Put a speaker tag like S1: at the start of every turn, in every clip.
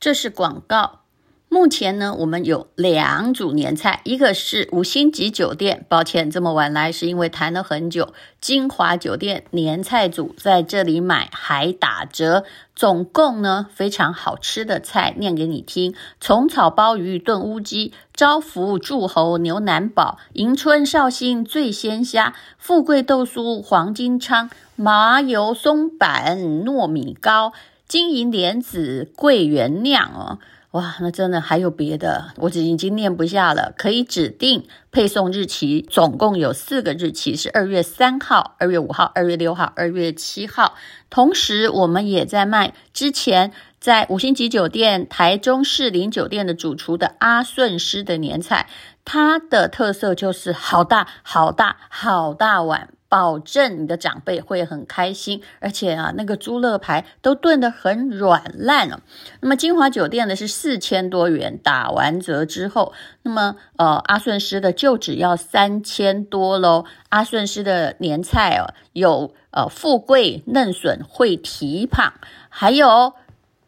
S1: 这是广告。目前呢，我们有两组年菜，一个是五星级酒店，抱歉这么晚来是因为谈了很久。金华酒店年菜组在这里买还打折，总共呢非常好吃的菜念给你听：虫草鲍鱼炖乌鸡、招福柱侯牛腩煲、迎春绍兴醉鲜虾、富贵豆酥黄金鲳、麻油松板糯米糕、金银莲子桂圆酿哦。哇，那真的还有别的，我只已经念不下了。可以指定配送日期，总共有四个日期，是二月三号、二月五号、二月六号、二月七号。同时，我们也在卖之前在五星级酒店台中士林酒店的主厨的阿顺师的年菜，它的特色就是好大、好大、好大碗。保证你的长辈会很开心，而且啊，那个猪肋排都炖得很软烂了、哦。那么金华酒店呢是四千多元，打完折之后，那么呃阿顺师的就只要三千多喽。阿顺师的年菜哦，有呃富贵嫩笋烩蹄膀，还有。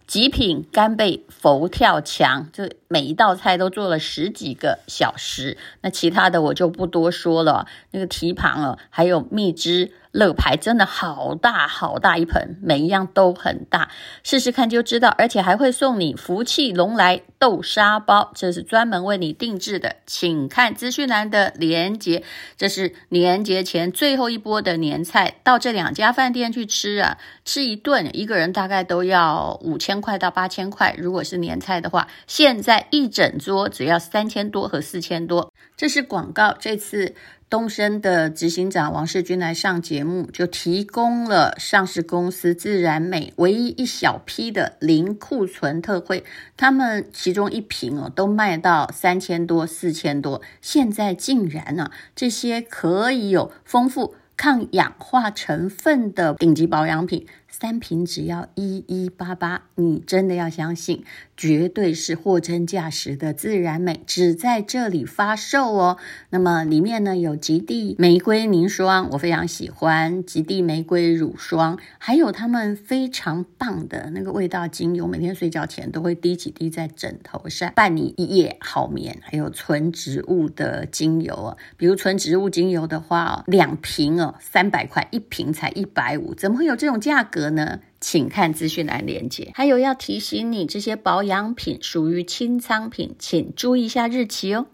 S1: 极品干贝佛跳墙，这每一道菜都做了十几个小时。那其他的我就不多说了。那个蹄膀啊，还有蜜汁乐排，真的好大好大一盆，每一样都很大，试试看就知道。而且还会送你福气龙来豆沙包，这是专门为你定制的，请看资讯栏的链接。这是年节前最后一波的年菜，到这两家饭店去吃啊，吃一顿一个人大概都要五千。千块到八千块，如果是年菜的话，现在一整桌只要三千多和四千多。这是广告。这次东升的执行长王世军来上节目，就提供了上市公司自然美唯一一小批的零库存特惠，他们其中一瓶哦都卖到三千多、四千多，现在竟然呢、啊、这些可以有丰富。抗氧化成分的顶级保养品，三瓶只要一一八八，你真的要相信，绝对是货真价实的自然美，只在这里发售哦。那么里面呢有极地玫瑰凝霜，我非常喜欢极地玫瑰乳霜，还有他们非常棒的那个味道精油，每天睡觉前都会滴几滴在枕头上，伴你一夜好眠。还有纯植物的精油啊，比如纯植物精油的话、哦，两瓶哦。三百块一瓶才一百五，怎么会有这种价格呢？请看资讯栏链接。还有要提醒你，这些保养品属于清仓品，请注意一下日期哦。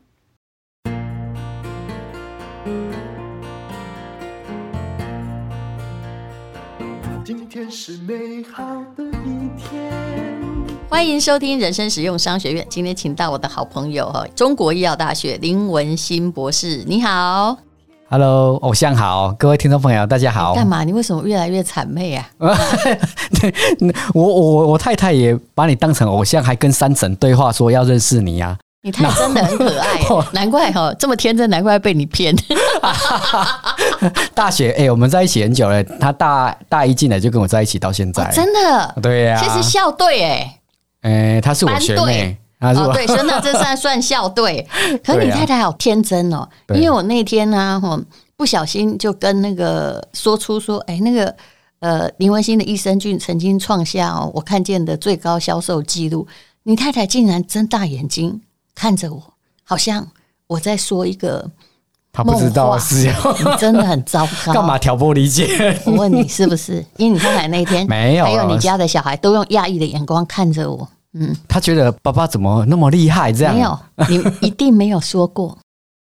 S2: 今天是美好的一天。
S1: 欢迎收听人生实用商学院。今天请到我的好朋友哈，中国医药大学林文新博士，你好。
S3: Hello，偶像好，各位听众朋友，大家好。
S1: 干嘛？你为什么越来越谄媚啊？
S3: 我我我太太也把你当成偶像，还跟三婶对话说要认识你啊。
S1: 你太真的很可 爱，难怪哈、哦、这么天真，难怪被你骗。
S3: 大学哎、欸，我们在一起很久了，他大大一进来就跟我在一起到现在，哦、
S1: 真的。
S3: 对呀、啊，
S1: 这是校队哎、
S3: 欸，哎、欸，她是我啊学妹。
S1: 哦，对，真的这算算校 对，可你太太好天真哦，啊、因为我那天呢、啊，我不小心就跟那个说出说，哎，那个呃林文新的益生菌曾经创下、哦、我看见的最高销售记录，你太太竟然睁大眼睛看着我，好像我在说一个。
S3: 他不知道是要，
S1: 你真的很糟糕。
S3: 干嘛挑拨离间？
S1: 我问你是不是？因为你太太那天
S3: 没有，啊
S1: 还有你家的小孩都用讶异的眼光看着我。
S3: 嗯，他觉得爸爸怎么那么厉害？这样啊
S1: 没有，你一定没有说 过。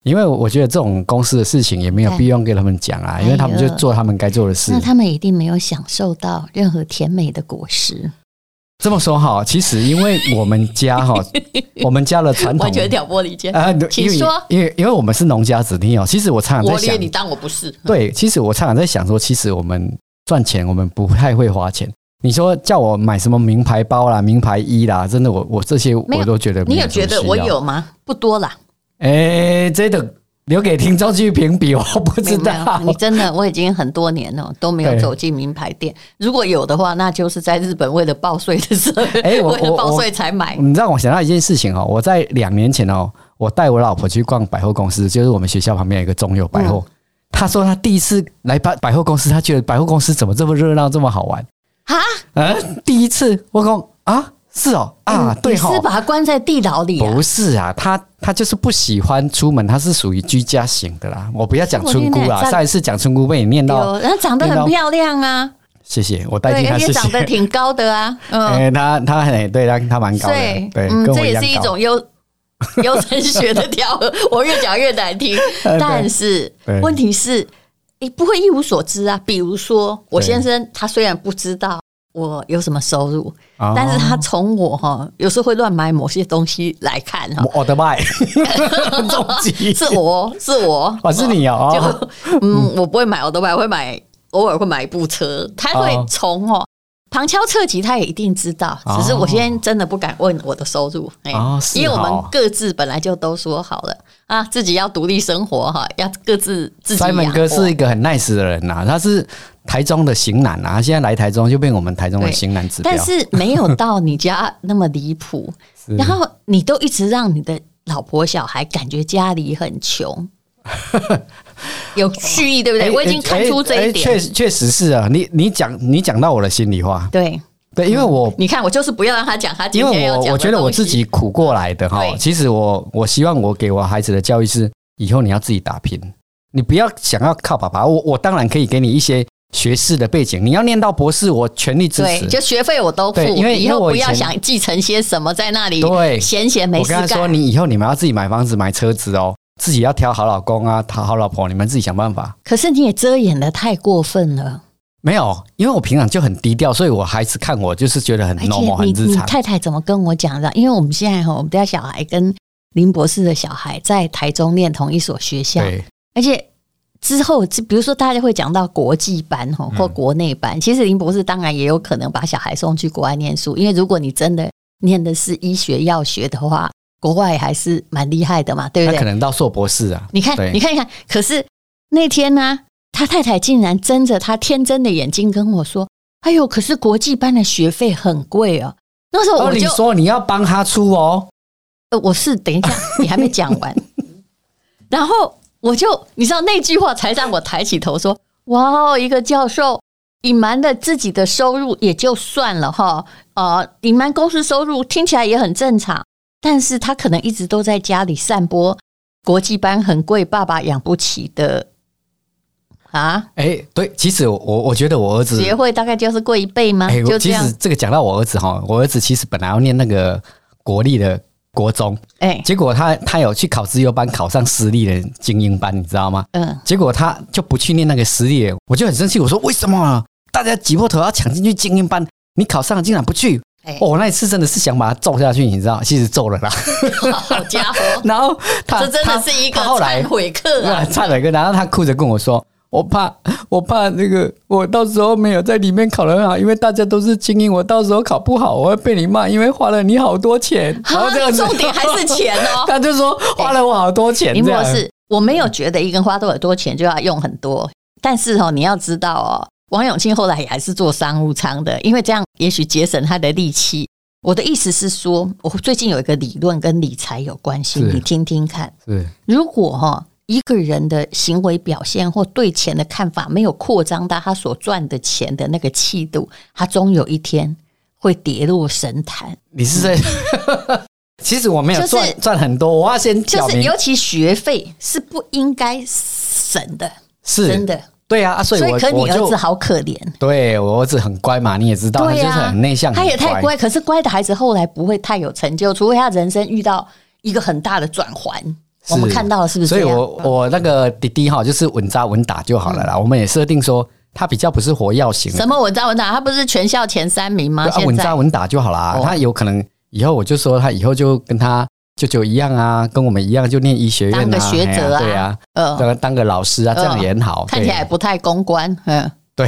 S3: 因为我觉得这种公司的事情也没有必要跟他们讲啊，因为他们就做他们该做的事。
S1: 哎那他们一定没有享受到任何甜美的果实。
S3: 这么说哈，其实因为我们家 哈，我们家的传 统呃
S1: 完全挑拨离 间啊，请说，
S3: 因为因为我们是农家子弟哦。其实我常常在想，
S1: 你当我不是？
S3: 对，其实我常常在想说，其实我们赚钱，我们不太会花钱。你说叫我买什么名牌包啦、名牌衣啦，真的我我这些我都觉得
S1: 你有觉得我有吗？不多啦。
S3: 哎，这个留给听众去评比，我不知道。
S1: 你真的我已经很多年了都没有走进名牌店，如果有的话，那就是在日本为了报税的时候，哎， 我我报税才买。
S3: 你让我想到一件事情哦，我在两年前哦，我带我老婆去逛百货公司，就是我们学校旁边有一个中友百货。她、嗯、说她第一次来百百货公司，她觉得百货公司怎么这么热闹，这么好玩。
S1: 啊！
S3: 呃，第一次我讲啊，是哦，啊，
S4: 嗯
S3: 对
S4: 你
S3: 哈、
S4: 是把它关在地牢里、啊？
S3: 不是啊，他他就是不喜欢出门，他是属于居家型的啦。我不要讲村姑
S4: 我念
S3: 啦，
S4: 了
S3: 上一次讲村姑被你念到，
S4: 有，然后长得
S3: 念
S4: 很
S3: 到
S4: 漂亮啊，
S3: 谢谢，我代替
S4: 对，
S3: 他
S4: 而
S3: 谢
S4: 且长得
S3: 谢。
S4: 挺高的啊，嗯，
S3: 哎，他他哎很对，他他蛮高的
S4: 所以，
S3: 对，
S4: 嗯，
S3: 跟
S4: 这
S3: 我一
S4: 也
S3: 样
S4: 是一
S3: 高。
S4: 种优 优生学的调和。 我越讲越 难听，但是
S3: 对
S4: 问题是，你不会一无所知啊。比如说，我
S3: 对
S4: 先生他虽然不知道我有什么收入，
S3: 哦
S4: 但是他从我哈有时候会乱买某些东西来看哈。
S3: 我的妈， 终极
S4: 是我是我，
S3: 哦，是你哦，哦
S4: 就嗯，我不会买，我都买，我会买，偶尔会买一部车，他
S3: 哦
S4: 会从哦。旁敲侧击，他也一定知道，
S3: 哦
S4: 只是我现在真的不敢问我的收入，哎、
S3: 哦是
S4: 因为我们
S3: 哦
S4: 各自本来就都说好了啊，自己要独立生活哈，要各自自己养活。
S3: Simon 哥是一个很 nice 的人呐、啊他是台中的型男啊，他现在来台中就变我们台中的
S4: 对
S3: 型男指标。
S4: 但是没有到你家那么离 谱，然后你都一直让你的老婆小孩感觉家里 很穷，有蓄意对不对？
S3: 哎
S4: 我已经看出这一
S3: 哎哎
S4: 点，
S3: 确确实是啊。你你讲你讲到我的心里话，
S4: 对。
S3: 对，因为我
S4: 你看，我就是不要让他讲，他嗯今
S3: 因
S4: 天
S3: 为
S4: 要讲的
S3: 我我觉得我自己苦过来的哈。
S4: 对
S3: 其实我我希望我给我孩子的教育是，以后你要自己打拼，你不要想要靠爸爸。我我当然可以给你一些学士的背景，你要念到博士，我全力支
S4: 东西
S3: 持
S4: 对，。就学费我都付，
S3: 对因为
S4: 以
S3: 因为
S4: 后
S3: 我
S4: 不
S3: 以前
S4: 要想继承些什么，在那里
S3: 对
S4: 闲闲没
S3: 我
S4: 事
S3: 跟他
S4: 干。
S3: 说，你以后你们要自己买房子、买车子哦，自己要挑好老公啊、讨好老婆，你们自己想办法。
S4: 可是你也遮掩的太过分了，
S3: 没有，因为我平常就很低调，所以我孩子看我就是觉得很
S4: 而
S3: normal
S4: 且
S3: 很
S4: 哎你
S3: 日
S4: 你
S3: 常。
S4: 太太怎么跟我讲的？因为我们现在哈，我们家小孩跟林博士的小孩在台中念同一所学校，
S3: 对，
S4: 而且之后，就比如说大家会讲到国际班哈
S3: 嗯
S4: 或国内班，其实林博士当然也有可能把小孩送去国外念书，因为如果你真的念的是医学药学的话，国外还是蛮厉害的嘛，对
S3: 他
S4: 不
S3: 可
S4: 对？
S3: 能到硕博士啊。
S4: 你看
S3: 对，
S4: 你看，你看，可是那天呢、他太太竟然睁着他天真的眼睛跟我说：“哎呦，可是国际班的学费很贵哦。”那时候
S3: 哦，
S4: 我
S3: 你
S4: 就、
S3: 说你要帮他出哦，
S4: 呃，我是等一下，你还没讲完， 然后我就你知道那句话才让我抬起头说：“哇哦，一个教授隐瞒了自己的收入也就算了哈，呃，隐瞒公司收入听起来也很正常，但是他可能一直都在家里散播国际班很贵，爸爸养不起的啊，
S3: 哎，对，其实我我我觉得我儿子，
S4: 学费大概就是贵一倍吗？
S3: 哎，
S4: 啊就这
S3: 其
S4: 样
S3: 实，这个讲到我儿子哈，我儿子其实本来要念那个国立的国中，
S4: 哎、
S3: 结果他他有去考资优班，考上私立的精英班，你知道吗？
S4: 嗯，
S3: 结果他就不去念那个私立，我就很生气，我说为什么啊大家挤破头要抢进去精英班，你考上了竟然不去？
S4: 哎
S3: 哦，我那一次真的是想把他揍下去，你知道，其实揍了 啦。
S4: 好家伙，
S3: 然后 他
S4: 这真
S3: 他
S4: 的是一个
S3: 他后来
S4: 忏悔 课啊！
S3: 唱了一个，然后他哭着跟我说：“我怕，我怕那个，我到时候没有在里面考得很好，因为大家都是精英，我到时候考不好，我会被你骂，因为花了你好多钱。” 然后
S4: 啊
S3: 这样，子，
S4: 重点还是钱哎 哦。
S3: 他就说花了我好多钱，
S4: 林
S3: 这
S4: 博
S3: 样
S4: 士，我没有觉得一根花多少多钱就要用很多，但是哦，你要知道哦，王永庆后来也还是做商务舱的，因为这样也许节省他的力气。我的意思是说，我最近有一个理论跟理财有关系，
S3: 是
S4: 你听听看。
S3: 是
S4: 如果哈、一个人的行为表现或对钱的看法没有扩张到他所赚的钱的那个气度，他终有一天会跌落神坛。
S3: 你是在。 其实我没有
S4: 嗯就是
S3: 赚赚很多，我要先
S4: 就
S3: 表
S4: 是
S3: 明
S4: 尤其学费是不应该省的，
S3: 是
S4: 真的。
S3: 对啊，啊所以
S4: 所以
S3: 我，
S4: 可
S3: 我
S4: 你
S3: 就
S4: 儿子好可怜，
S3: 对我儿子很乖嘛，你也知道，他
S4: 对
S3: 就是
S4: 呀、
S3: 很内向，
S4: 他也
S3: 很
S4: 太乖。可是乖的孩子后来不会太有成就，除非他人生遇到一个很大的转环。
S3: 是
S4: 我们看到的是不是
S3: 所
S4: 这
S3: 以
S4: 样？
S3: 我我那个弟弟哈，就是稳扎稳打就好了啦。我们也设定说，他比较不是活药型的，
S4: 嗯什么稳扎稳打？他不是全校前三名吗？
S3: 对啊
S4: 现
S3: 稳
S4: 在
S3: 扎稳打就好啦。
S4: 哦
S3: 他有可能以后我就说他以后就跟他舅舅一样啊，跟我们一样就念医学院啊，
S4: 当个学者啊
S3: 嘿对啊，
S4: 呃，
S3: 当当个老师啊，这样也很好。
S4: 看起来不太公关。嗯
S3: 对，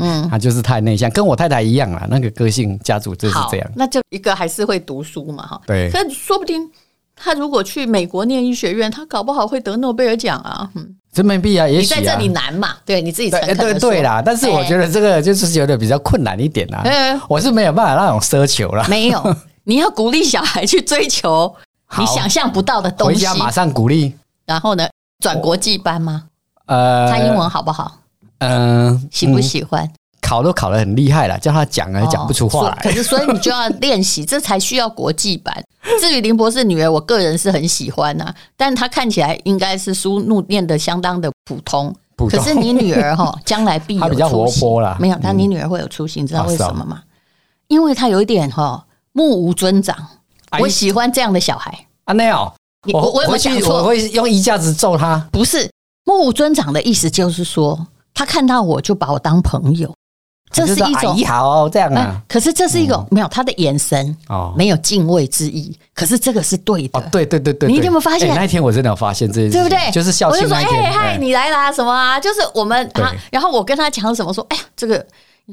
S4: 嗯，
S3: 他就是太内向，跟我太太一样啦，那个个性家族就是
S4: 好
S3: 这样，。
S4: 那就一个还是会读书嘛，哈。
S3: 对
S4: 可说不定他如果去美国念医学院，他搞不好会得诺贝尔奖啊。嗯。
S3: 真没必要，也
S4: 你
S3: 许
S4: 在
S3: 啊
S4: 这里难嘛？对，你自己诚
S3: 对
S4: 恳
S3: 对
S4: 的
S3: 对 啦，但是我觉
S4: 得
S3: 得这个就是觉得比较困难一点啦。
S4: 嗯
S3: 我是没有办法那种奢求啦。
S4: 没有，你要鼓励小孩去追求
S3: 好
S4: 你想象不到的东
S3: 回
S4: 西
S3: 家。马上鼓励。
S4: 然后呢，转国际班吗？
S3: 呃，
S4: 他英文好不好？
S3: 嗯，
S4: 喜不
S3: 嗯？
S4: 喜欢？
S3: 考都考得很厉害了，叫他讲啊，也讲不出话
S4: 哦所
S3: 来。
S4: 可是所以你就要练习，这才需要国际版。至于林博士女儿，我个人是很喜欢呐、啊但她看起来应该是书怒念的相当的普通。
S3: 普通
S4: 可是你女儿 哈，将来必有
S3: 她比较活泼啦嗯
S4: 出息没有，但你女儿会有出息，你知道
S3: 啊
S4: 为
S3: 是啊
S4: 什么吗？因为她有一点哈目无尊长，
S3: 哎
S4: 我喜欢这样的小孩。
S3: 啊，那样哦，
S4: 你我我有没有
S3: 回去
S4: 讲
S3: 我
S4: 错？
S3: 会用衣架子揍他。
S4: 不是目无尊长的意思，就是说她看到我就把我当朋友，这
S3: 就是说
S4: 一
S3: 阿
S4: 种
S3: 姨。好这样
S4: 哎
S3: 啊。
S4: 可是这是一种没有她的眼神，
S3: 哦，
S4: 哎没有敬畏之意。可是这个是对的，
S3: 哦，对对对对，对
S4: 你有没有发现
S3: 哎那一天我真的有发现这件事情，
S4: 对不对？
S3: 就是校
S4: 我
S3: 庆
S4: 就说，
S3: 那一天，
S4: 哎嗨，
S3: 哎
S4: 你来啦，什么啊？就是我们
S3: 对
S4: 啊，然后我跟他讲什么，说，哎呀，这个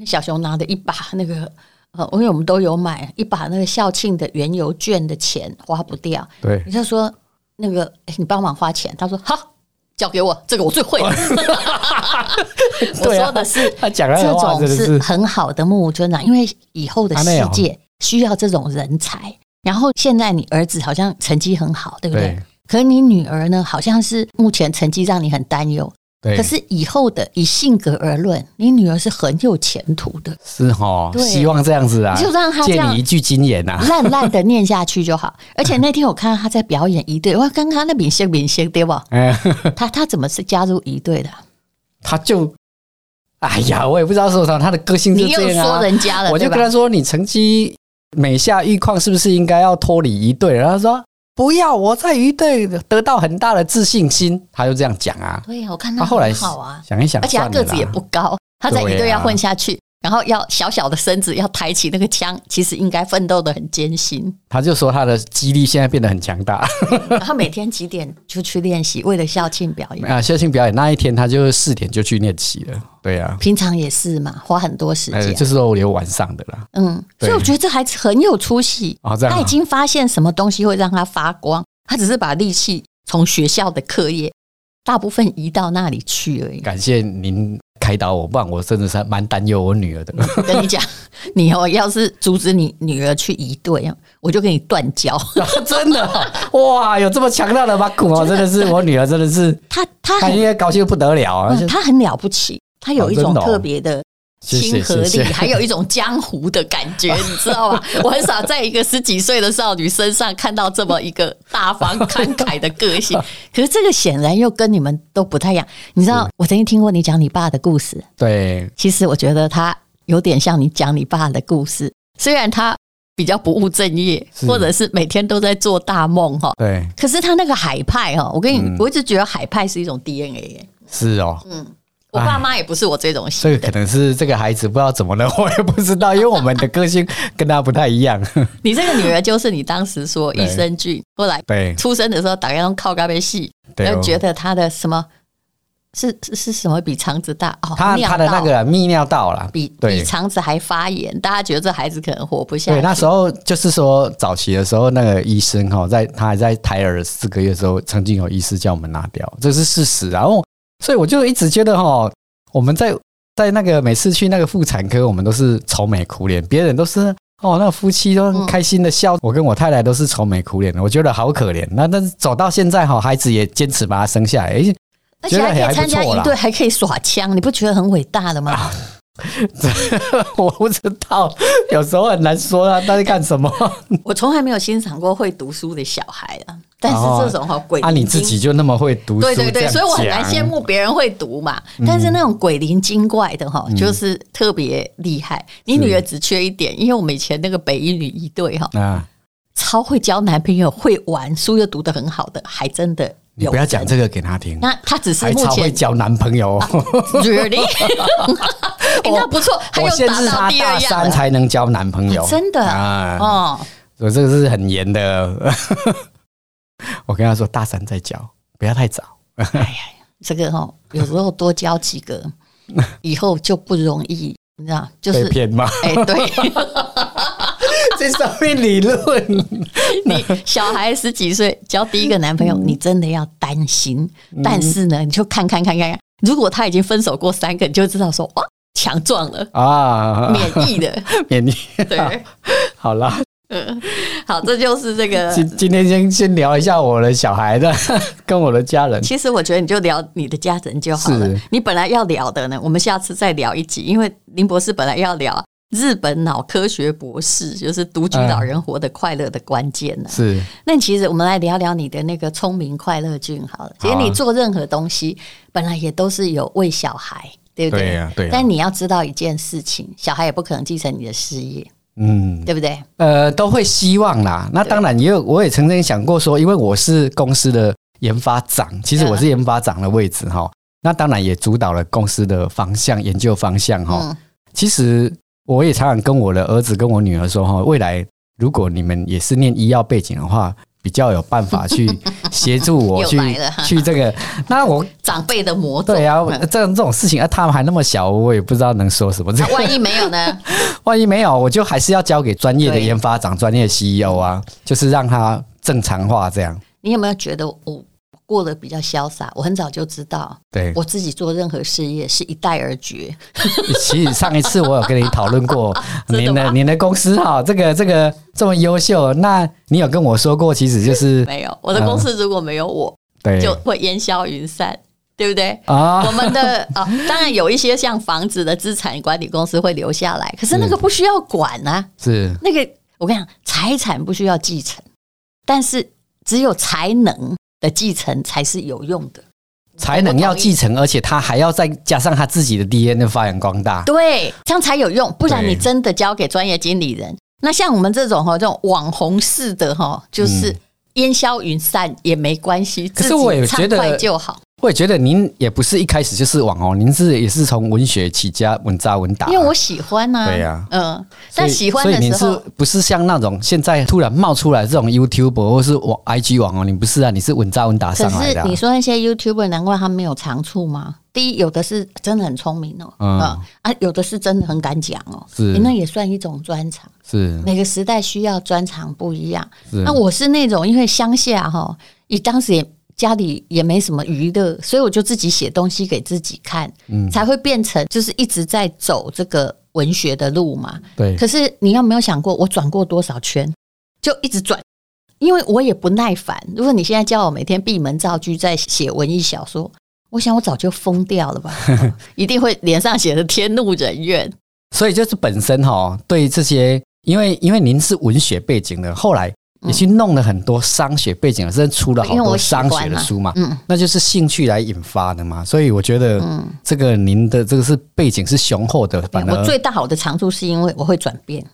S4: 小熊拿的一把那个。呃，因为我们都有买一把那个校庆的原油券的钱花不掉，
S3: 对
S4: 你就说那个，哎你帮忙花钱。他说好，交给我，这个我 最会了。 我
S3: 对啊
S4: 说的是
S3: 他讲来
S4: 这
S3: 的话
S4: 种
S3: 真的
S4: 是
S3: 是哦
S4: 很好的目无尊长，因为以后的世界需要这种人才。然后现在你儿子好像成绩很好，对不对？
S3: 对
S4: 可你女儿呢，好像是目前成绩让你很担忧。
S3: 对，
S4: 可是以后的以性格而论，你女儿是很有前途 的，
S3: 是哈，
S4: 对
S3: 希望这样子啊，
S4: 就让他这
S3: 借
S4: 样
S3: 你一句金言啊 呐，
S4: 烂烂的念下去就好。而且那天我看到她在表演一队，哇，刚刚那明星明星对吧？
S3: 哎，
S4: 她她怎么是加入一队的？
S3: 他就，哎呀，我也不知道说什么，他的个 性就
S4: 你又
S3: 这样
S4: 说
S3: 啊。
S4: 人家了，
S3: 我就
S4: 对吧
S3: 跟他说，你成绩每下愈况，是不是应该要脱离一队？然后他说不要，我在一队得到很大的自信心，他就这样讲啊。
S4: 对呀，我看
S3: 他
S4: 她
S3: 后来
S4: 很好啊，
S3: 想一想，
S4: 而且他
S3: 算了
S4: 个
S3: 啦啊
S4: 子也不高，他在一队要混下去，然后要小小的身子要抬起那个枪，其实应该奋斗的很艰辛。
S3: 他就说他的肌力现在变得很强大
S4: 然后每天几点就去练习，为了校庆表演。
S3: 啊！校庆表演那一天，他就四点就去练习了。对啊呀、
S4: 平常也是嘛，花很多时
S3: 呃，
S4: 间，
S3: 就是说我留晚上的啦。
S4: 嗯，
S3: 对
S4: 所以我觉得这孩子很有出息。
S3: 哦这样啊
S4: 他已经发现什么东西会让他发光，他只是把力气从学校的课业大部分移到那里去而已。
S3: 感谢您开导我，不然我真的是蛮担忧我女儿 的。
S4: 我跟你讲，你哦，要是阻止你女儿去移队，我就跟你断 交。
S3: 真的哦、哇，有这么强大的马古哦，真的是我女儿，真的是
S4: 他他
S3: 她
S4: 很
S3: 应该高兴得不得了啊！
S4: 嗯，他很了不起，他有一
S3: 哦真
S4: 种
S3: 的哦
S4: 特别的
S3: 谢谢
S4: 亲和力，
S3: 谢谢
S4: 还有一种江湖的感 觉，你知道吗？我很少在一个十几岁的少女身上看到这么一个 大方慷慨的个性。可是这个显然又跟你们都不太一样。你知道，我曾经听过你讲你爸的故事，
S3: 对，
S4: 其实我觉得他有点像你讲你爸的故事，虽然他比较不务正业，
S3: 是
S4: 或者是每天都在做大梦哈。
S3: 对，
S4: 可是他那个海派哈，我跟你，
S3: 嗯
S4: 我一直觉得海派是一种 DNA 耶、
S3: 是哦。
S4: 嗯我爸妈也不是我这种
S3: 这
S4: 型
S3: 个可
S4: 的，
S3: 能是这个孩子不知道怎么了，我也不知道，因为我们的个性跟他不太一样。
S4: 你这个女儿就是你当时说
S3: 对
S4: 益生菌，后来
S3: 对
S4: 出生的时候打开用靠咖啡系，
S3: 对
S4: 然
S3: 哦
S4: 后，觉得她的什么是是是什么比肠子大哦，
S3: 他
S4: 尿
S3: 他的那
S4: 道
S3: 个泌尿道啦，
S4: 比
S3: 对
S4: 比肠子还发炎，大家觉得这孩子可能活不下
S3: 对，那
S4: 去。
S3: 时候就是说早期的时候，那个医生哈，在他还在胎儿四个月的时候，曾经有医师叫我们拿掉，这是事实。然后，所以我就一直觉得哈，我们在呃在那个每次去那个妇产科，我们都是愁眉苦脸，别人都是哦，那个夫妻都很开心的笑，我跟我太太都是愁眉苦脸的，我觉得好可怜。那但是走到现在哈，孩子也坚持把他生 下来，哎诶
S4: 而且还
S3: 觉
S4: 可
S3: 得
S4: 以
S3: 还
S4: 参加
S3: 不错
S4: 一
S3: 啦
S4: 队，还可以耍枪，你不觉得很伟大的 吗？
S3: 我不知道，有时候很难说啊，他在干什么
S4: 我从来没有欣赏过会读书的小孩啊，但是这种哈鬼
S3: 啊？你
S4: 灵
S3: 自
S4: 精
S3: 己就那么会读书，
S4: 对对对，所以我很难
S3: 慕。
S4: 羡慕别人会读嘛。
S3: 嗯
S4: 但是那种鬼灵精怪的哈，就是特别厉害。你女儿只缺一点，因为我们以前那个北一女一队哈，
S3: 啊，
S4: 超会交男朋友，会玩，书又读得很好的，还真的
S3: 你
S4: 有。
S3: 不要讲这个给他听，
S4: 那她只是
S3: 还
S4: 目
S3: 超会
S4: 前
S3: 交男朋友哦。
S4: really，哎那不错，还
S3: 我
S4: 有
S3: 限
S4: 达
S3: 制
S4: 到
S3: 他
S4: 第
S3: 大
S4: 二样
S3: 三
S4: 了，
S3: 才能交男朋友，
S4: 啊真的
S3: 啊，
S4: 哦，
S3: 所以这个是很严的。 我跟他说，大三再交，不要太早。
S4: 哎呀，这个哈，有时候多交几 个，以后就不容易，你知道，就是
S3: 被骗 吗？
S4: 哎，对。
S3: 这上面理论，
S4: 你小孩十几岁交第一个男朋
S3: 嗯
S4: 友，你真的要担心。但是呢，你就看看看看看，如果他已经分手过三个，你就知道说哇，强壮了，
S3: 啊，
S4: 免疫了，
S3: 免疫。
S4: 对，
S3: 好啦，
S4: 好，这就是 这个。
S3: 今今天先先聊一下我的小孩的 跟我的家人，
S4: 其实我觉得你就聊你的家人就好了
S3: 是。
S4: 你本来要聊的呢，我们下次再聊一集，因为林博士本来要聊日本脑科学博士，就是独
S3: 哎
S4: 居老人活得快乐的关键呢、
S3: 是
S4: 那其实我们来聊聊你的那个聪明快乐菌好了。其实
S3: 好啊
S4: 你做任何东西，本来也都是有为小孩，对不对？
S3: 对呀对呀
S4: 但你要知道一件事情，小孩也不可能继承你的事业，
S3: 嗯
S4: 对不对？
S3: 呃都会希望啦。那当然也有，我也曾经想过说，因为我是公司的研发长，其实我是研发长的位置哈。那当然也主导了公司的方向、研究方向哈。
S4: 嗯，
S3: 其实我也常常跟我的儿子、跟我女儿说哈，未来如果你们也是念医药背景的话，比较有办法 去协助我
S4: 又
S3: 去
S4: 来了
S3: 去这个。那我
S4: 长辈的魔咒。
S3: 对 啊，
S4: 嗯
S3: 这这种事情啊，他们还那么小，我也不知道能说什么。这
S4: 啊万一没有呢？
S3: 万一没有，我就还是要交给专业的
S4: 对
S3: 研发长、专业的 CEO 啊，就是让他正常化这样。
S4: 你有没有觉得我过得比较潇洒？我很早就知道，
S3: 对，
S4: 我自己做任何事业是一代而绝。
S3: 其实上一次我有跟你讨论过
S4: 真的
S3: 您
S4: 吗
S3: 的您的公司哈，这个这个这么优秀，那你有跟我说过，其实就是
S4: 没有，我的公司如果没有我，
S3: 嗯对
S4: 就会烟消云散，对不对？
S3: 啊
S4: 我，们的啊、当然有一些像房子的资产管理公司会留下来，可是
S3: 嗯
S4: 那个不需要管啊。
S3: 是
S4: 那个我跟你讲，财产不需要继承，但是只有才能的继承才是有用的。
S3: 才能要继承，而且他还要再加上他自己的 DNA 发扬光大。
S4: 对，这样才有用，不然
S3: 对
S4: 你真的交给专业经理人。那像我们这种哈，这种网红式的哈，就是烟消云散也没关系，
S3: 嗯可是
S4: 自己
S3: 我也觉得
S4: 畅快就好。
S3: 我也觉得您也不是一开始就是网红，您是也是从文学起家，稳扎稳打。
S4: 因为我喜欢呐、
S3: 啊对呀
S4: 嗯，
S3: 所以
S4: 但喜欢
S3: 所以
S4: 的
S3: 你
S4: 时
S3: 是
S4: 候，
S3: 不是像那种现在突然冒出来这种 YouTube 或是网 IG 网红？你不是啊，你是稳扎稳打
S4: 可
S3: 上来
S4: 是
S3: 的啊、
S4: 你说那些 YouTuber，难怪他没有长处吗？第一，有的是真的很聪明哦，
S3: 嗯
S4: 嗯啊，有的是真的很敢讲哦，
S3: 是嗯
S4: 诶那也算一种专长。
S3: 是
S4: 每个时代需要专长不一样。
S3: 是
S4: 那我是那种因为乡下哈，你当时也家里也没什么娱乐，所以我就自己写东西给自己看，
S3: 嗯
S4: 才会变成就是一直在走这个文学的路嘛。
S3: 对
S4: 可是你有没有想过，我转过多少圈，就一直转。因为我也不耐烦，如果你现在叫我每天闭门造车在写文艺小说，我想我早就疯掉 了吧，一定会脸上写的天怒人怨。
S3: 所以就是本身哈、对这些，因为因为您是文学背景的，后来也去弄了很多商学背景的，甚至出了好
S4: 因为
S3: 多
S4: 我喜欢
S3: 商
S4: 嘛
S3: 学的书嘛，
S4: 嗯
S3: 那就是兴趣来引发的嘛。所以我觉得
S4: 嗯
S3: 这个您的这个是背景是雄厚的，反
S4: 我
S3: 而
S4: 最大好的长处是因为我会转变，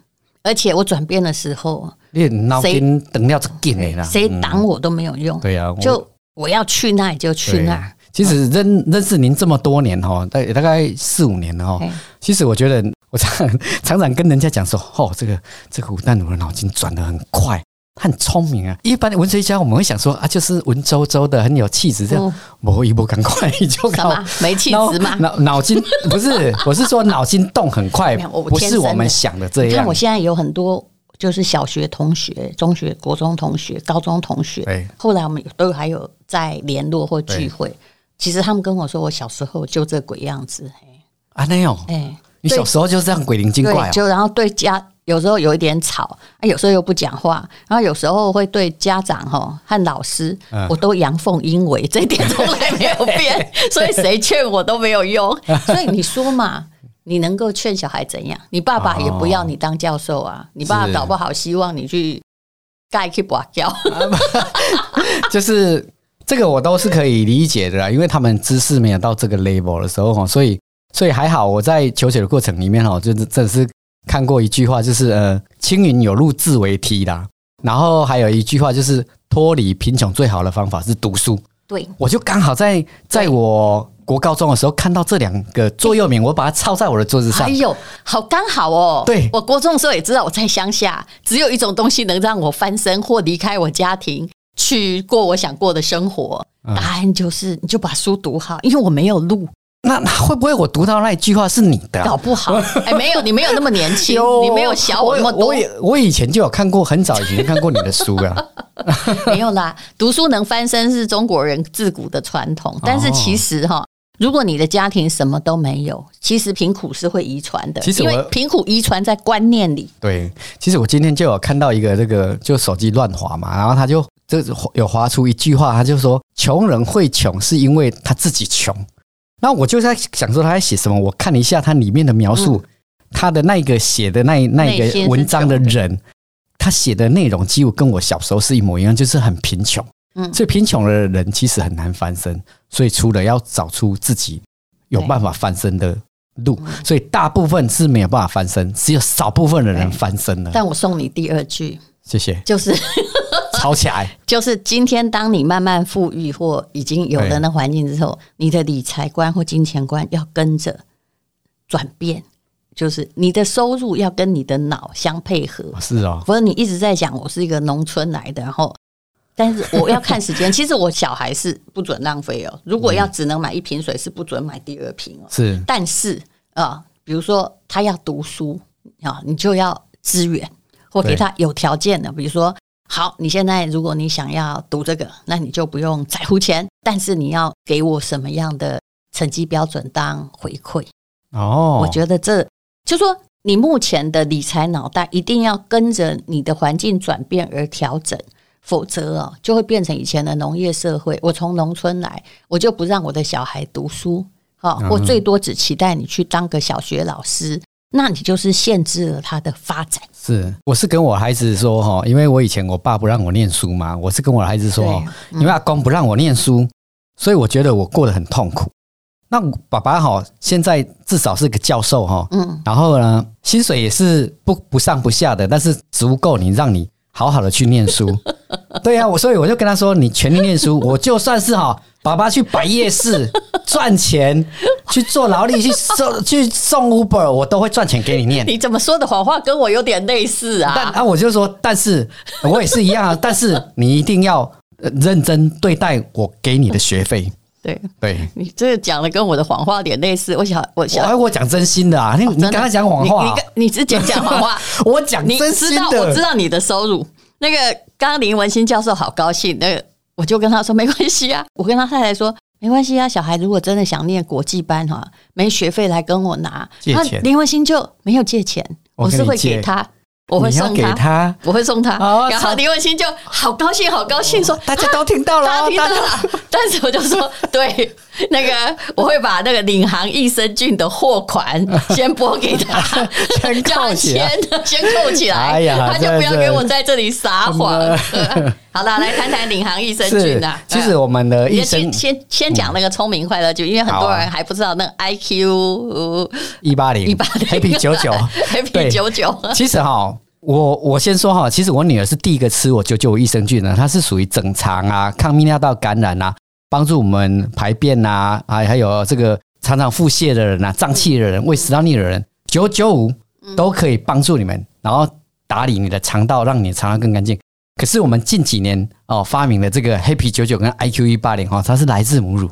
S4: 而且我转变的时候，
S3: 你的脑
S4: 谁
S3: 筋等料这紧的啦，
S4: 谁
S3: 嗯
S4: 挡我都没有用。
S3: 对啊，我
S4: 就我要去那里就去
S3: 对
S4: 那儿。
S3: 其实认认识您这么多年哈，大大概四五年了哈
S4: 嘿。
S3: 其实我觉得我常 常常跟人家讲说，哦，这个这个吴淡如的脑筋哦转得很快，很聪明啊。一般文学家我们会想说啊，就是文绉绉的，很有气质这样
S4: 嗯。
S3: 我一波赶快就
S4: 什
S3: 搞
S4: 么没气
S3: 脑
S4: 质吗？
S3: 脑脑筋不是，我是说脑筋动很快，
S4: 没有我
S3: 不
S4: 天
S3: 是
S4: 生的
S3: 我们想的这
S4: 你看
S3: 样
S4: 我。现在有很多就是小学同学、中学、国中同学、高中同学
S3: 对，
S4: 后来我们都还有在联络或聚
S3: 对
S4: 会。其实他们跟我说，我小时候就这鬼样子。
S3: 啊，那样哦，
S4: 哎、
S3: 你
S4: 对
S3: 小时候就这样鬼灵精怪
S4: 对，
S3: 啊？
S4: 就然后对家有时候有一点吵，啊，有时候又不讲话，然后有时候会对家长吼和老师，
S3: 嗯
S4: 我都阳奉阴违，这一点从来没有 变，所以谁劝我都没有用。所以你说嘛。你能够劝小孩怎样？你爸爸也不要你当教授啊，你爸爸
S3: 哦是
S4: 搞不好希望你去盖去拔掉。
S3: 就是这个我都是可以理解的啦，因为他们知识没有到这个 level 的时候哈，所以所以还好我在求学的过程里面哈，就是真的是看过一句话，就是呃“青云有路自为梯”啦，然后还有一句话就是脱离贫穷最好的方法是读书，
S4: 对，
S3: 我就刚好在在我国高中的时候看到这两个座右铭，我把它抄在我的桌子上
S4: 哎。呦，好刚好哦。
S3: 对
S4: 我国中的时候也知道我在乡下，只有一种东西能让我翻身或离开我家庭，去过我想过的生活。
S3: 嗯
S4: 答案就是，你就把书读好，因为我没有路，
S3: 那那会不会我读到那一句话是你的啊、
S4: 搞不 好。哎，没有，你没有那么年轻，
S3: 有
S4: 你没有小我那么多
S3: 我，也我以前就有看过，很早以前就看过你的书啊。哦
S4: 没有啦。读书能翻身是中国人自古的传统，但是其实哈、如果你的家庭什么都没有，其实贫苦是会遗传的，
S3: 其实
S4: 因
S3: 我
S4: 为贫苦遗传在观念里。
S3: 对，其实我今天就有看到一个这个，就手机乱滑嘛，然后他就这有滑出一句话，他就说穷人会穷是因为他自己穷。那我就在想说他在写什么，我看了一下他里面的描述，他的那个写的那那
S4: 嗯内心
S3: 个
S4: 是
S3: 文章的人，他写的内容几乎跟我小时候是一模一样，就是很贫穷。
S4: 嗯
S3: 所以贫穷的人其实很难翻身，所以除了要找出自己有办法翻身的路，所以大部分是没有办法翻身，只有少部分的人
S4: 对
S3: 翻身了。
S4: 但我送你第二句，
S3: 谢 谢，
S4: 就是
S3: 吵起来，
S4: 就是今天当你慢慢富裕或已经有了那环境之后，你的理财观或金钱观要跟着转变，就是你的收入要跟你的脑相配合。
S3: 哦是哦，
S4: 不是你一直在讲我是一个农村来的，然后，但是我要看时间。其实我小孩是不准浪费哦，如果要只能买一瓶水，是不准买第二瓶哦。
S3: 是
S4: 但是啊、比如说他要读书啊、你就要支援或给他有条件的，比如说。好，你现在如果你想要读这个，那你就不用在乎钱，但是你要给我什么样的成绩标准当回馈？
S3: 哦，
S4: 我觉得这就说你目前的理财脑袋一定要跟着你的环境转变而调整，否则啊、就会变成以前的农业社会。我从农村来，我就不让我的小孩读书，哈、
S3: 嗯
S4: 我最多只期待你去当个小学老师，那你就是限制了他的发 展。
S3: 是，我是跟我孩子说哈，因为我以前我爸不让我念书嘛，我是跟我孩子说
S4: 对
S3: 哈，因为阿公不让我念书，所以我觉得我过得很痛苦。那我爸爸哈，现在至少是个教授哈，
S4: 嗯，
S3: 然后呢，薪水也是不不上不下的，但是足够你让你好好的去念 书。对呀、啊，我所以我就跟他说，你全力念书，我就算是哈，爸爸去摆夜市 赚钱，去做劳力，去送去送 Uber，我都会赚钱给你念。
S4: 你怎么说的谎话跟我有点类似
S3: 但
S4: 啊？
S3: 啊，我就说，但是我也是一样 啊，但是你一定要呃认真对待我给你的学费。
S4: 对
S3: 对，
S4: 你这个讲的跟我的谎话有点类似。我想，我
S3: 我
S4: 想，
S3: 还我讲真心的啊，你你
S4: 哦真的
S3: 跟他讲谎话啊、
S4: 你你你之前讲 谎话。
S3: 我讲
S4: 你
S3: 真
S4: 知
S3: 心
S4: 道
S3: 的，
S4: 我知道你的收入。那个刚刚林文新教授好高兴，那个我就跟他说没关系啊，我跟他太太说没关系啊，小孩如果真的想念国际班哈，没学费来跟我拿，
S3: 借
S4: 那
S3: 钱
S4: 林文新就没有借钱，
S3: 我
S4: 我
S3: 跟
S4: 是
S3: 你
S4: 会
S3: 借
S4: 给他，我会
S3: 你要
S4: 送
S3: 给他
S4: 我会送他。
S3: 哦
S4: 然后
S3: 超
S4: 林文新就好高兴，好高兴说。
S3: 大家都听到了
S4: 他
S3: 哦，
S4: 听到
S3: 大家
S4: 了，但是我就说，对，那个我会把那个领航益生菌的货款先拨给他，
S3: 先
S4: 叫他
S3: 扣起来
S4: 签， 先扣起来，
S3: 哎呀
S4: 他就不
S3: 真的
S4: 要
S3: 是
S4: 给我在这里撒谎。 好了，来谈谈领航益生 菌
S3: 是
S4: 啊。，
S3: 其实我们的
S4: 嗯。你
S3: 医
S4: 先
S3: 生
S4: 先先讲那个聪明快乐菌，因为很
S3: 好啊
S4: 多人还不知道那个 IQ 呃
S3: 一八零
S4: 180
S3: happy 九九
S4: Happy
S3: 对
S4: 九九，
S3: 其实哈，我我先说哈，其实我女儿是第一个吃我九九益生菌的，它是属于整肠啊、抗泌尿道感染啊、帮助我们排便啊，还还有这个常常腹泻的人啊、胀气的人、胃食道逆的人，九九五都可以帮助你们，然后打理你的肠道，让你的肠道更干净。可是我们近几年哦发明的这个 Happy 九九跟 IQ 一八零哈，哦它是来自母乳，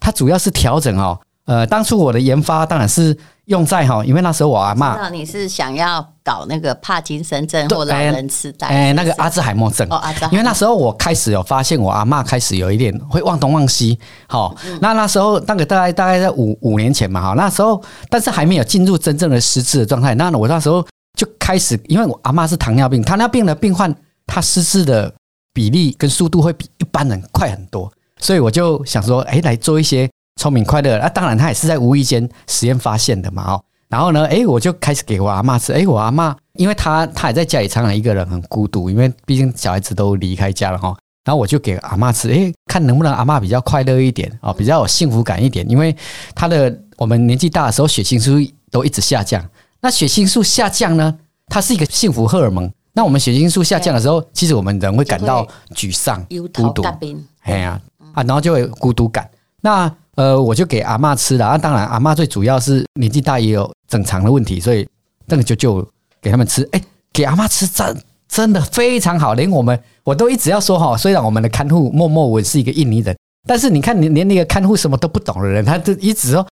S3: 它主要是调整哦。呃，当初我的研发当然是用在哈，因为那时候我阿嬷
S4: 知道你是想要搞那个帕金森症或老人痴呆？
S3: 哎、那个
S4: 是不是
S3: 阿兹海默症
S4: 哦，阿扎，
S3: 因为那时候我开始有发现，我阿嬷开始有一点会忘东忘西。好、那那时候那个大概大概在五五年前嘛，哈，那时候但是还没有进入真正的失智的状态。那我那时候就开始，因为我阿嬷是糖尿病，糖尿病的病患他失智的比例跟速度会比一般人快很多，所以我就想说，哎，来做一些聪明快乐。那、当然，他也是在无意间实验发现的嘛，哦。然后呢，哎，我就开始给我阿嬷吃。哎，我阿嬷因为她她也在家里常常一个人很孤独，因为毕竟小孩子都离开家了哈、哦。然后我就给阿嬷吃，哎，看能不能阿嬷比较快乐一点哦，比较有幸福感一点。因为她的我们年纪大的时候，血清素都一直下降。那血清素下降呢，它是一个幸福荷尔蒙。那我们血清素下降的时候，其实我们人会感到沮丧、
S4: 有
S3: 孤
S4: 头
S3: 独
S4: 干。冰，
S3: 哎呀、啊，然后就会有孤独感。那呃，我就给阿嬷吃了。啊，当然，阿嬷最主要是年纪大，也有整肠的问题，所以那个就就给他们吃。哎、给阿嬷吃真真的非常好，连我们我都一直要说哈，虽然我们的看护默默我是一个印尼人，但是你看，连连那个看护什么都不懂的人，他就一直说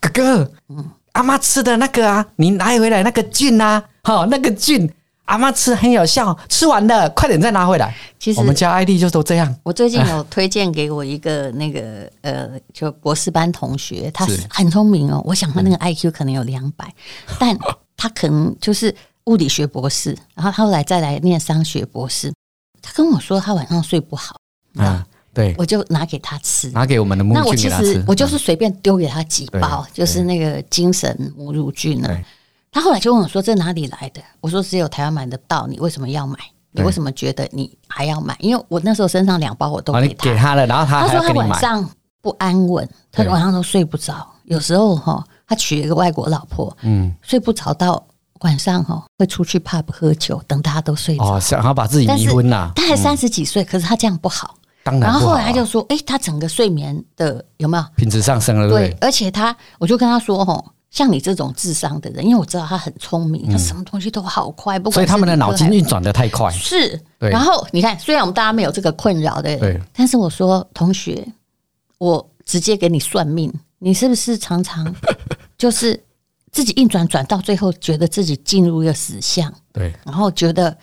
S3: 哥哥，阿妈吃的那个啊，你拿回来那个菌啊，好、那个菌。阿妈吃很有效，吃完了快点再拿回来。
S4: 其实
S3: 我们家艾丽就都这样，
S4: 我最近有推荐给我一个那个呃，就博士班同学，他
S3: 是嗯
S4: 很聪明哦，我想他那个 IQ 可能有两百，但他可能就是物理学博士，然后后来再来念商学博士。他跟我说他晚上睡不好，
S3: 啊，对，
S4: 我就拿给他吃。
S3: 拿给我们的木
S4: 那我
S3: 菌
S4: 其
S3: 给他
S4: 实
S3: 吃，啊嗯
S4: 我就是随便丢给他几包
S3: 对，
S4: 就是那个精神母乳菌啊
S3: 对。
S4: 他后来就问我说：“这哪里来的？”我说：“只有台湾买得到，你为什么要买？你
S3: 对
S4: 为什么觉得你还要买？因为我那时候身上两包我都
S3: 啊，
S4: 给
S3: 你
S4: 他
S3: 给，他了，然后他
S4: 他
S3: 还
S4: 说
S3: 要
S4: 他
S3: 给你
S4: 晚
S3: 买，
S4: 上不安稳，他
S3: 对
S4: 晚上都睡不着，有时候哈，他娶了一个外国老婆，
S3: 嗯，
S4: 睡不着到晚上哈会出去 pub 喝酒，等大家都睡着。
S3: 哦，想要把自己
S4: 但是
S3: 离婚啦，
S4: 他才三十几岁，可是他这样不好。
S3: 当
S4: 然
S3: 然
S4: 后
S3: 不
S4: 后
S3: 好
S4: 来
S3: 啊
S4: 他就说，哎，他整个睡眠的有没有？
S3: 品质上升了，对不
S4: 而且他，我就跟他说，吼，像你这种智商的人，因为我知道他很聪明，他什么东西都好快，不管
S3: 对？嗯所以他们的
S4: 是理科
S3: 脑筋
S4: 还
S3: 运转的太快，
S4: 是。
S3: 对
S4: 然后你看，虽然我们大家没有这个困扰的，
S3: 对
S4: 但是我说同学，我直接给你算命，你是不是常常 就是自己硬转转到最后，觉得自己进入一个死巷，
S3: 对，
S4: 然后觉得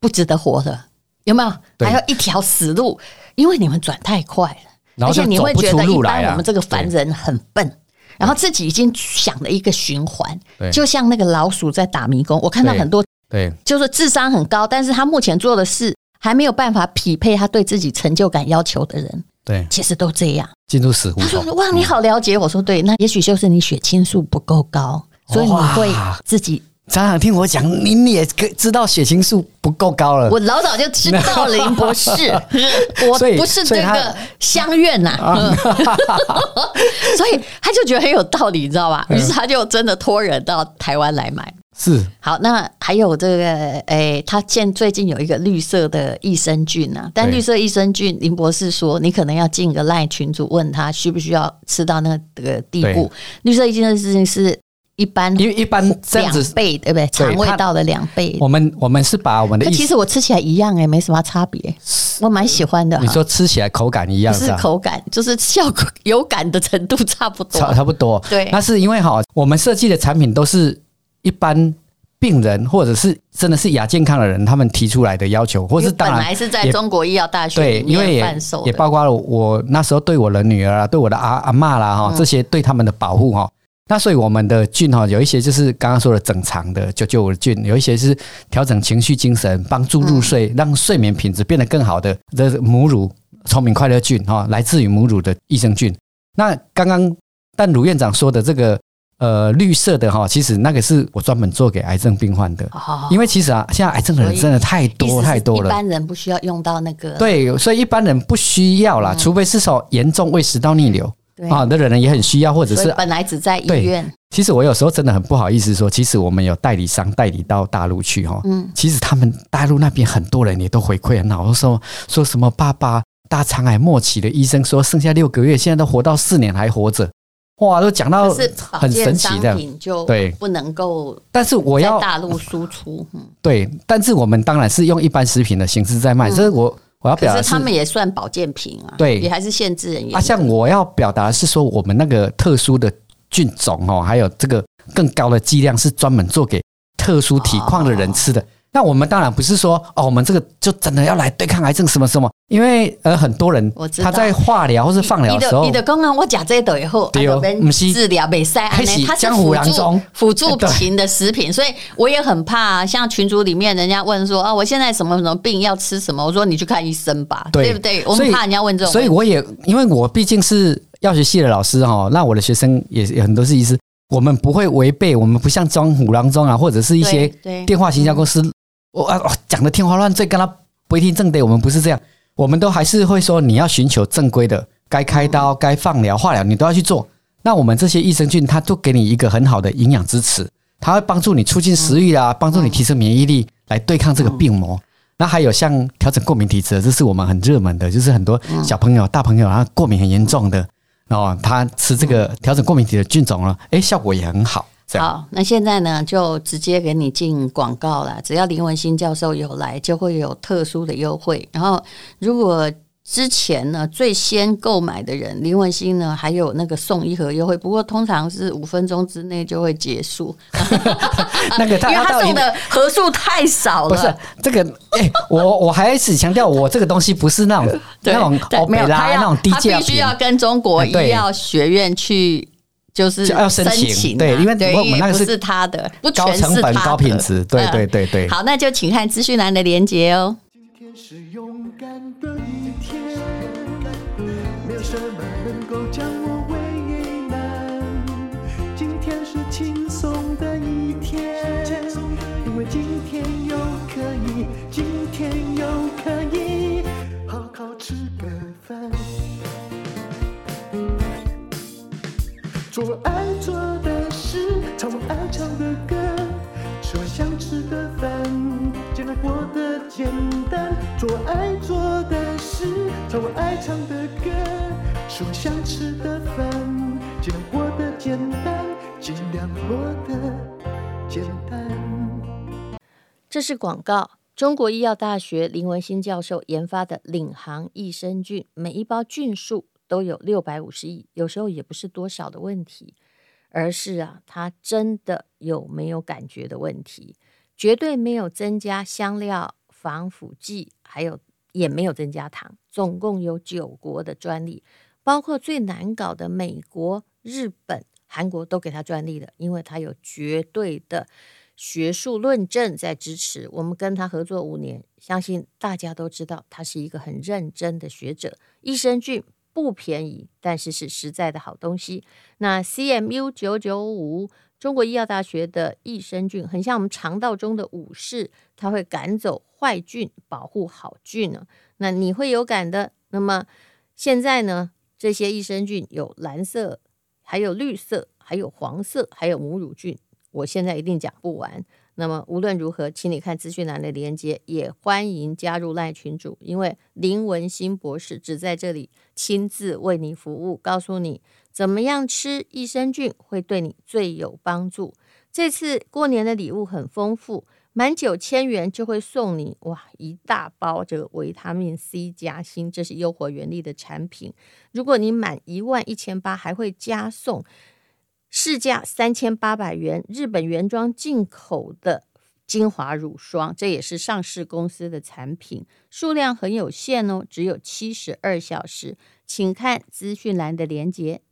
S4: 不值得活了，有没有？
S3: 对
S4: 还有一条死路，因为你们转太快了。
S3: 然
S4: 而
S3: 后就
S4: 且你
S3: 走
S4: 会
S3: 不
S4: 觉
S3: 出
S4: 得一
S3: 路来
S4: 般
S3: 啊
S4: 我们这个凡
S3: 对
S4: 人很笨，然后自己已经想了一个循环，
S3: 对
S4: 就像那个老鼠在打迷宫。我看到
S3: 对
S4: 很多
S3: 对
S4: 就是智商很高，但是他目前做的事还没有办法匹配他对自己成就感要求的人，
S3: 对，
S4: 其实都这样。
S3: 进入死胡
S4: 他
S3: 同嗯
S4: 说：“。哇，你好了解。”我说：“对，那也许就是你血清素不够高，所以你
S3: 哇
S4: 会自己。
S3: 常常听我讲，您也可知道血清素不够高了。
S4: 我老早就知道林 博士，我
S3: 所以
S4: 不是
S3: 所以
S4: 这
S3: 他啊
S4: 个香苑呐、 所以他就觉得很有道理，你知道吧？于是他就真的托人到台湾来买。
S3: 是
S4: 好，那还有这个，诶、他现最近有一个绿色的益生菌啊，但
S3: 对
S4: 绿色益生菌，林博士说你可能要进个赖群组问他需不需要吃到那个地步
S3: 对。
S4: 绿色益生菌是一般
S3: 因为一般这样
S4: 两
S3: 子，
S4: 倍，对不对？肠胃
S3: 它
S4: 道的两倍。
S3: 我们我们是把我们的
S4: 可
S3: 意
S4: 其
S3: 思，
S4: 实我吃起来一样哎、没什么差别，我蛮喜欢的、啊。
S3: 你说吃起来口感一
S4: 不
S3: 样
S4: 是
S3: 吧？
S4: 口感，就是效果有感的程度差不多。
S3: 差差不多。
S4: 对
S3: 那是因为哈，我们设计的产品都是一般病人或者是真的是亚健康的人，他们提出来的要求，或
S4: 因
S3: 是
S4: 为本
S3: 当然
S4: 来是在
S3: 也
S4: 中国医药大学
S3: 对，
S4: 里
S3: 因为
S4: 面
S3: 也
S4: 贩售
S3: 也
S4: 的，
S3: 包括了我那时候对我的女儿啊，对我的阿阿嬷啦
S4: 嗯
S3: 哈，这些对他们的保护哈。那所以我们的菌哈，有一些就是刚刚说的整肠的九九五的菌，有一些是调整情绪、精神，帮助入
S4: 嗯
S3: 睡，让睡眠品质变得更好的这是母乳聪明快乐菌哈，来自于母乳的益生菌。那刚刚但卢院长说的这个呃绿色的哈，其实那个是我专门做给癌症病患的，
S4: 哦
S3: 因为其实啊，现在癌症的人
S4: 所以
S3: 真的太
S4: 意思
S3: 多
S4: 是
S3: 太多了
S4: 一。般人不需要用到那个，
S3: 对，所以一般人不需要啦，除非是说严重胃食道逆流
S4: 嗯对
S3: 啊的人也很需要，或者
S4: 所以
S3: 是
S4: 本来只在医
S3: 对
S4: 院，
S3: 其实我有时候真的很不好意思说，其实我们有代理商代理到大陆去哈，
S4: 嗯
S3: 其实他们大陆那边很多人也都回馈很好，说说什么爸爸大肠癌末期的医生说剩下六个月，现在都活到四年还活着，哇，都讲到
S4: 可是保
S3: 很神
S4: 健
S3: 奇
S4: 商
S3: 的。
S4: 品就
S3: 对
S4: 不能够
S3: 但是我
S4: 在
S3: 要
S4: 大陆输 出，嗯，
S3: 对，但是我们当然是用一般食品的形式在卖，这是我我要表
S4: 嗯可
S3: 达啊
S4: 是
S3: 是
S4: 他们也算保健品啊，
S3: 对
S4: 也还是限制人员
S3: 啊，像我要表达的是说，我们那个特殊的菌种哦，还有这个更高的剂量是专门做给特殊体况的人
S4: 哦
S3: 吃的。那我们当然不是说哦，我们这个就真的要来对抗癌症什么什么，因为呃很多人
S4: 我知道
S3: 他在化疗或是放疗
S4: 你
S3: 的
S4: 的
S3: 时候
S4: 你，的刚刚我讲这个以后，
S3: 对哦
S4: 啊就
S3: 不是
S4: 治疗美塞安
S3: 开始
S4: 它是
S3: 江湖
S4: 辅
S3: 郎
S4: 助
S3: 中
S4: 辅助
S3: 对
S4: 型的食品，所以我也很怕、像群组里面人家问说啊，我现在什么什么病要吃什么，我说你去看医生吧，
S3: 对
S4: 不对？我
S3: 所
S4: 们
S3: 以
S4: 怕人家问这种
S3: 所
S4: 问
S3: 以
S4: 题，
S3: 我也因为我毕竟是药学系的老师哈、哦，那我的学生也也很多是医师，我们不会违背，我们不像装虎郎装啊，或者是一些
S4: 对对
S3: 电话行销公司，我啊哦讲的天花乱坠，跟他不一定正对，我们不是这样，我们都还是会说你要寻求正规的，该开刀、该放疗、化疗，你都要去做。那我们这些益生菌，它都给你一个很好的营养支持，它会帮助你促进食欲
S5: 嗯
S3: 啊，帮助你提升免疫力，来对抗这个病魔。那还有像调整过敏体质的，这是我们很热门的，就是很多小朋友、大朋友，然后过敏很严重的，哦，他吃这
S5: 嗯
S3: 个调整过敏体的菌种了，哎，效果也很好。这样，
S4: 好，那现在呢，就直接给你进广告了。只要林文新教授有来，就会有特殊的优惠。然后，如果
S5: 之前呢，最先购买的人，林文新呢，还有那个送一盒优惠，不过通常是五分钟之内就会结束，
S3: 那个
S5: 嗯因
S3: 他
S5: 为
S3: 他
S5: 他
S3: 到底
S5: 送的盒数太少
S3: 不是
S5: 了。
S3: 这个，哎、我我还是强调，我这个东西不是那种
S5: 对
S3: 那种
S5: 对
S3: 欧
S5: 没
S3: 美
S5: 有
S3: 拉
S5: 他
S3: 那
S5: 要
S3: 种低
S5: 他
S3: 价
S5: 必须
S3: 品，
S5: 要跟中国医
S3: 对
S5: 药学院去。就是
S3: 就要申请
S5: 啊
S3: 对因为我们那个
S5: 不
S3: 是
S5: 是他的，不全
S3: 高
S5: 是
S3: 成本
S5: 他
S3: 高
S5: 的
S3: 品质，对
S5: 嗯
S3: 对对对。
S5: 好，那就请看资讯栏的连接哦。
S2: 今天是勇敢的一天，没有什么能够将我为难。今天是轻松的一天，因为今天又可以，今天又可以好好吃个饭，做我爱做的事，唱我爱唱的歌。吃我想吃的饭，简单过得简单，做我爱做的事，唱我爱唱的歌，吃我想吃的饭，尽量过得简单，尽量过得简单。
S5: 这是广告。中国医药大学林文新教授研发的领航益生菌，每一包菌数都有六百五十亿，有时候也不是多少的问题，而是啊，它真的有没有感觉的问题，绝对没有增加香料、防腐剂，还有也没有增加糖。总共有九国的专利，包括最难搞的美国、日本、韩国都给他专利了，因为他有绝对的学术论证在支持。我们跟他合作五年，相信大家都知道他是一个很认真的学者。益生菌不便宜，但是是实在的好东西。那 CMU 九九五。中国医药大学的益生菌很像我们肠道中的武士，它会赶走坏菌，保护好菌呢、那你会有感的。那么现在呢，这些益生菌有蓝色，还有绿色，还有黄色，还有母乳菌。我现在一定讲不完。那么无论如何，请你看资讯栏的连接，也欢迎加入赖群组，因为林文新博士只在这里亲自为你服务，告诉你怎么样吃益生菌会对你最有帮助。这次过年的礼物很丰富，满九千元就会送你哇一大包这个维他命 C 加锌，这是优活原力的产品。如果你满一万一千八，还会加送市价三千八百元日本原装进口的精华乳霜，这也是上市公司的产品，数量很有限哦，只有七十二小时。请看资讯栏的连接。